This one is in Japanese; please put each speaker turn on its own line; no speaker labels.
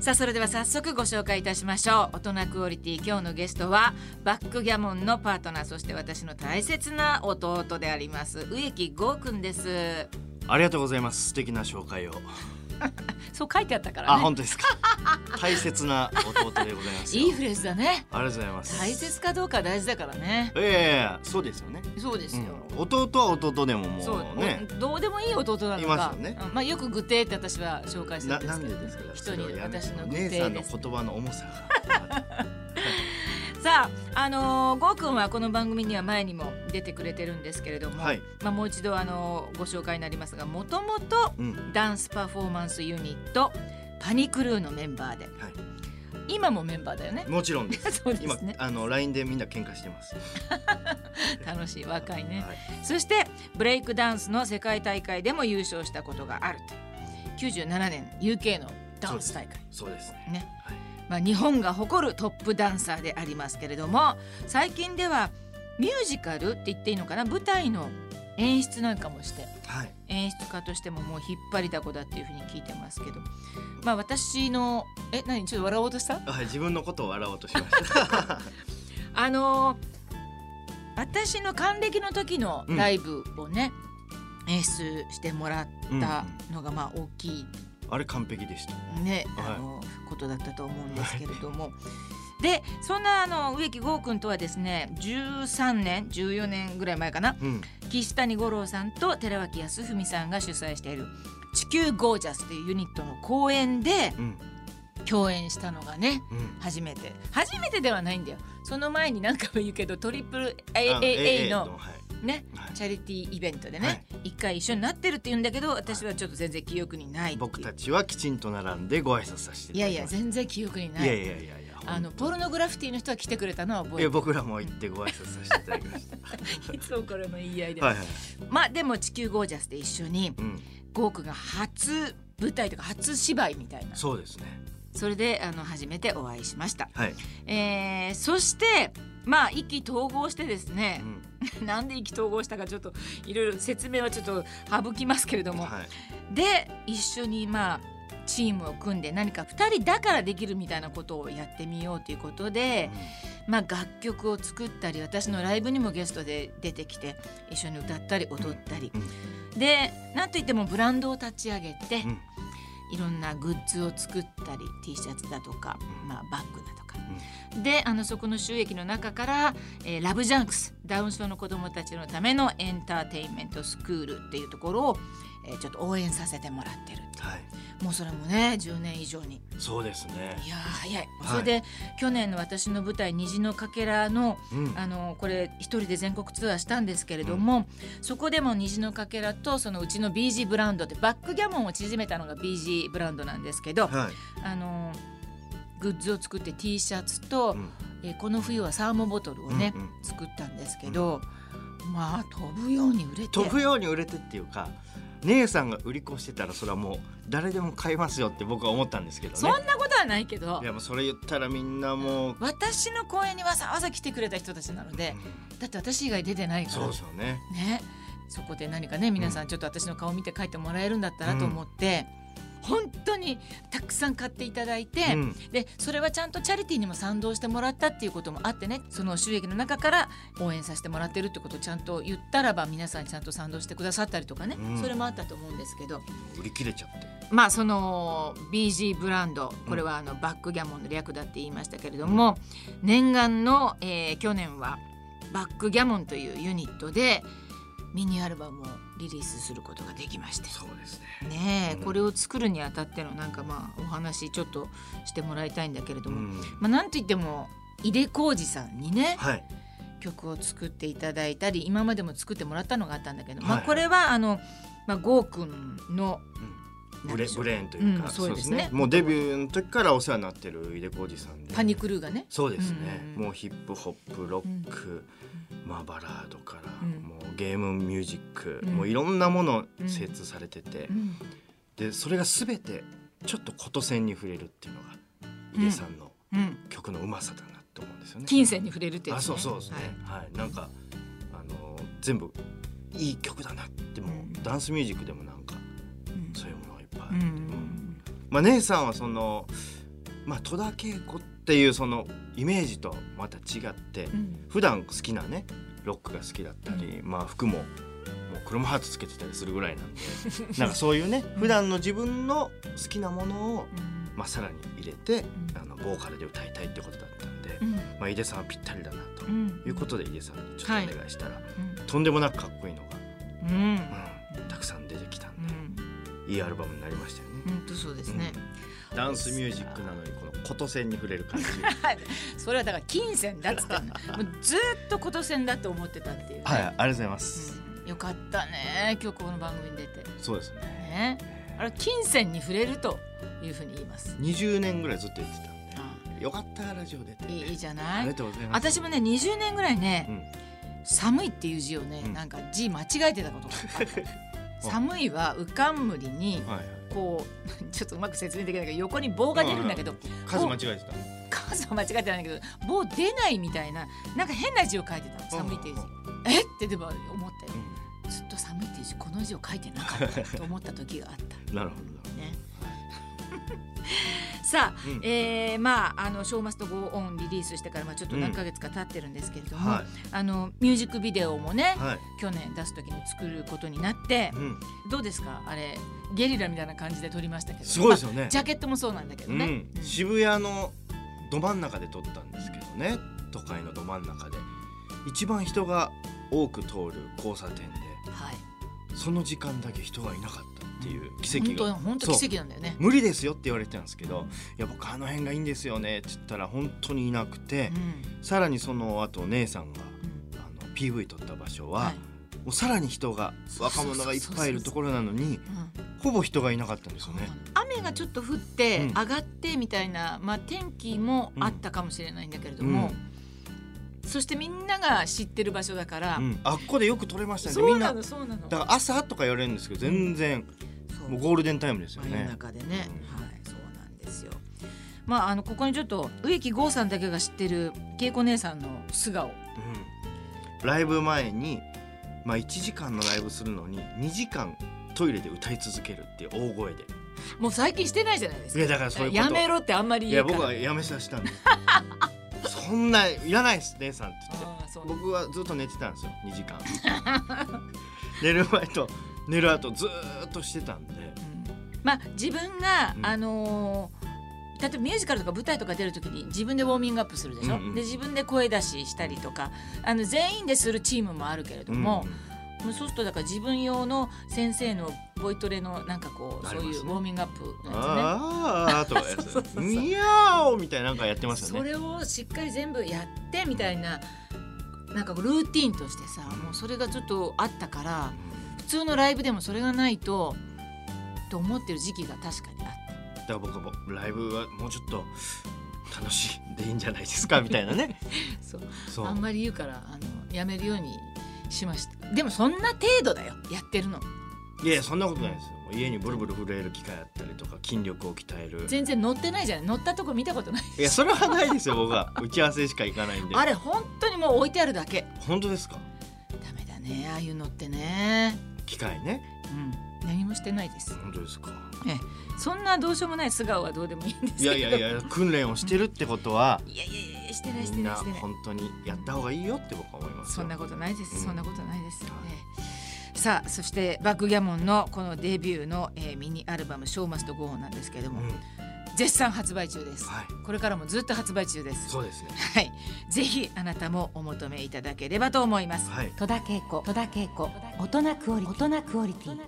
さあそれでは早速ご紹介いたしましょう大人クオリティ今日のゲストはバックギャモンのパートナーそして私の大切な弟であります植木剛くんです
ありがとうございます素敵な紹介を
そう書いてあったから
あ
ね
本当ですか 大切な弟でございますよ
いいフレーズだね
ありがとうございます
大切かどうか大事だからね
いやいやいやそうですよね
そうですよ、
うん弟は弟でもも
そう
うね
おどうでもいい弟なのか
いますよね
うんまあよくグテーって私は紹介する
なん
で
な
す
ん
け
で
ど
ですか
人
それを
に
やめ
私の
お
グ
姉
テ
さ
ー
んの
です
言葉の重さ が
さあ、あのー、ゴーくんはこの番組には前にも出てくれてるんですけれども、
はい
まあもう一度あのーご紹介になりますが、もともと
うんは
ダンスパフォーマンスユニットパニクルーのメンバーで、今もメンバーだよね
い。もちろんです
そうで
今
すね。
あの LINE でみんな喧嘩してます
楽しい若いね。
はい
そしてブレイクダンスの世界大会でも優勝したことがあると。97年 UK のダンス大会。
そうですね
ね
はい
まあ、日本が誇るトップダンサーでありますけれども最近ではミュージカルって言っていいのかな舞台の演出なんかもして
はい
演出家としてももう引っ張りだこだっていうふうに聞いてますけどまあ私のえ何ちょっと笑おうとした
あ自分のことを笑おうとしま した
あのー私の還暦の時のライブをね、演出してもらったのがまあ大きい
あれ完璧でした
ね、
はい
あのことだったと思うんですけれども、でそんなあの植木剛君とはですね13年14年ぐらい前かな
うん
岸谷五郎さんと寺脇康文さんが主催している「地球ゴージャス」というユニットの公演で
うん
共演したのがね
うん
初めて初めてではないんだよその前に何回も言うけどトリプル
あ
AAA の
はい
ね
はい
チャリティーイベントで
は
ね
い
一回一緒になってるって言うんだけど私はちょっと全然記憶にないっていう
僕たちはきちんと並んでご挨拶させてい
いや
ただ
い
き
や
ます
全然記憶にないい
やいやいやいや
あの
本
ポルノグラフィティの人が来てくれたのは
当
覚
にい
え
や
て
僕らも行ってご挨拶させていただきました
るいつもこれの言い合いで、
はいはい
まあでも「地球ゴージャス」で一緒に
うん
ゴークが初舞台とか初芝居みたいな
そうですね
それであの初めてお会いしました、
はい
えーそしてまあ意気投合してですね
う、ん
なんで意気投合したかちょっといろいろ説明はちょっと省きますけれども、
はい
で一緒にまあチームを組んで何か2人だからできるみたいなことをやってみようということで、まあ、楽曲を作ったり私のライブにもゲストで出てきて一緒に歌ったり踊ったり、
うん
でなんといってもブランドを立ち上げて、
うん
いろんなグッズを作ったり T シャツだとか、
うん
まあ、バッグだとか、であのそこの収益の中から、えーラブジャンクスダウン症の子どもたちのためのエンターテインメントスクールっていうところを、えーちょっと応援させてもらってる
はい
もうそれもね10年以上に
そうですね
いやー早い、
はい
それで去年の私の舞台「虹のかけらの」
うん
あのこれ一人で全国ツアーしたんですけれども、そこでも虹のかけらとそのうちの BG ブランドってバックギャモンを縮めたのが BG ブランドなんですけど、
はい
あのグッズを作って T シャツと、
うん
えーこの冬はサーモボトルをね、
うんうん
作ったんですけど、まあ飛ぶように売れて
飛ぶように売れてっていうか姉さんが売り越してたらそれはもう誰でも買いますよって僕は思ったんですけど
そ
ね
んなことはないけど
いやもうそれ言ったらみんなもう
私の公演にわざわざ来てくれた人たちなので
うん
だって私以外出てないから
そうですよね
ね、そこで何かね皆さんちょっと私の顔見て書いてもらえるんだったらと思って、本当にたくさん買っていただいて、
うん
でそれはちゃんとチャリティーにも賛同してもらったっていうこともあってねその収益の中から応援させてもらってるってことをちゃんと言ったらば皆さんちゃんと賛同してくださったりとかね、
うん
それもあったと思うんですけど
売り切れちゃって
まあその BG ブランドこれはあのバックギャモンの略だって言いましたけれども、念願の、えー去年はバックギャモンというユニットでミニアルバムをリリースすることができまして。
うですね
ねえ、
うん
これを作るにあたってのなんかまあお話ちょっとしてもらいたいんだけれど
う
も、
ん
まあなんといっても井出浩二さんにね
はい
曲を作っていただいたり今までも作ってもらったのがあったんだけど、まあ
はい
これはあの、まあ、ゴーくんのなんでしょ
ブレブ
う
レーンというか、
うんそうですね
もうデビューの時からお世話になってる井出浩二さんで
パニクルーがね
そうですね、
うん
もうヒップホップロック、まあ、バラードから、
うん
もうゲームミュージック、
うん
もういろんなもの精通されてて、
うん
でそれが全てちょっと琴線に触れるっていうのが井出さんの
うん、
曲のうまさだなと思うんですよね。
金銭に触れるってや
あ
つ、ね、
そうそうですね、はいなんかあのー全部いい曲だなってもう、
うん
ダンスミュージックでもなんか
うん
そういうものがいっぱいあ
う
って、
ん
まあ、姉さんはそのまあ、戸田恵子っていうそのイメージとまた違って、
うん
普段好きなねロックが好きだったり、まあ服ももうクロムハーツつけてたりするぐらい なんでなんかそういうね普段の自分の好きなものを、
うん
まあ、さらに入れてあのボーカルで歌いたいってことだったんで、
うん
まあ、井出さんはぴったりだなと
う。ん
いうことで井出さんにちょっとお願いしたら、
うん
とんでもなくかっこいいの
うんうん
が、うん、たくさん出てきたんで、いいアルバムになりましたよね。
本当そうですね、
うんダンスミュージックなのにこの琴線に触れる感じ
それはだから金銭だっつってん のもうずーっと琴線だと思ってたっていうね、
はいありがとうございます、
うんよかったね今日この番組に出て
そうですね
ねあれ金銭に触れるというふうに言います
20年ぐらいずっと言ってたんで
あ
よかったラジオ出て
いいいいじゃ
あ
ない
りがとうございます
私もね20年ぐらいね、
うん
寒いっていう字をね、
うん
なんか字間違えてたことが あった寒いは浮かんむりに
はいはい
こう ちょっとうまく説明できないけど横に棒が出るんだけど
数間違えてた
数は間違えてないんだけど棒出ないみたいななんか変な字を書いてたの寒いっていう字えってでも思ったよずっと寒いっていう字この字を書いてなかったと思った時があった
うんなるほどなるほ
ね。 さあ、
うん
えーまああの「ショーマストゴーオン」リリースしてからまあちょっと
うん
何ヶ月か経ってるんですけれど
ど
も、
は
あのミュージックビデオもね
い、はい
去年出す時に作ることになって
うん
どうですかあれゲリラみたいな感じで撮りましたけど
すごいですよ
ま
ね
あジャケットもそうなんだけど
う
ね、
ん
うん
渋谷のど真ん中で撮ったんですけどね都会のど真ん中で一番人が多く通る交差点で
はい
その時間だけ人がいなかったっていう奇
本
跡
当
が
本当奇跡なんだよね。
無理ですよって言われてたんですけど「いや僕あの辺がいいんですよね」って言ったら本当にいなくて
うん
さらにその後姉さんが
うん
あの PV 撮った場所は、
はい
もうさらに人が
そうそ
若
うそう
者がいっぱいいるところなのに
うん
ほぼ人がいなかったんですよね。
雨がちょっと降って
うん
上がってみたいな、まあ、天気もあったかもしれないんだけれども、そしてみんなが知ってる場所だから、
うんあっこでよく撮れましたねで
そ
み
うんな
な
のそうなの
だから朝とか言われるんですけど全然
そう
もうゴールデンタイムですよ
真夜
ね。
中でね、
うん
はいそうなんですよまああのここにちょっと植木剛さんだけが知ってる恵子姉さんの素顔
うんライブ前に、まあ、1時間のライブするのに2時間トイレで歌い続けるっていう大声で
もう最近してないじゃないです
い
か
やだからそういうこと
やめろってあんまり
い
言
や
うから
僕はやめさせた んですそんないらないです姉さんって言って
あーそう
僕はずっと寝てたんですよ2時間 寝る前と寝る後ずーっとしてたんで
まあ自分が、
うん
あのー例えばミュージカルとか舞台とか出るときに自分でウォーミングアップするでしょ、
うんうん
で自分で声出ししたりとかあの全員でするチームもあるけれども、もうそうするとだから自分用の先生のボイトレのなんかこう、
あり
そ
ま
うい
すね
うウォーミングアップ
うん
のや
あーあーとかや
そうそうそう
つ
そう
にゃおみたいななんかやってま
つね
した
そ
よね
れをしっかり全部やってみたいな、なんかこうルーティンとしてさ、
うん
もうそれがちょっとあったから普通のライブでもそれがないとと思ってる時期が確かにあった。
だから僕はもうライブはもうちょっと楽しいでいいんじゃないですかみたいなね
そう
そう
あんまり言うからあのやめるようにしましたでもそんな程度だよやってるの
いやいやそんなことないですよもう家にブルブル震える機会あったりとか筋力を鍛える
全然乗ってないじゃない乗ったとこ見たことない
いやそれはないですよ僕は打ち合わせしか行かないんで
あれ本当にもう置いてあるだけ
本当ですか
ダメだねああいうのってね
機械ね
うん何もしてないです
本当ですか
そんなどうしようもない素顔はどうでもいいんですけど
いやいやいや訓練をしてるってことは、
いやいやいやしてないし
み
て
ん
な
ない
してない
本当にやった方がいいよって僕は思います
そ
よ
んなことないです、
うん
そんなことないです、ね
は
さあそしてバックギャモンのこのデビューの、えーミニアルバム「ショーマストゴーン」なんですけれど
うん
も、
はい
絶賛発売中ですこれからもずっと発売中です
そうですね
はい、ぜひあなたもお求めいただければと思います。
はい
戸田恵子戸田恵子大人クオリティ大人クオリティ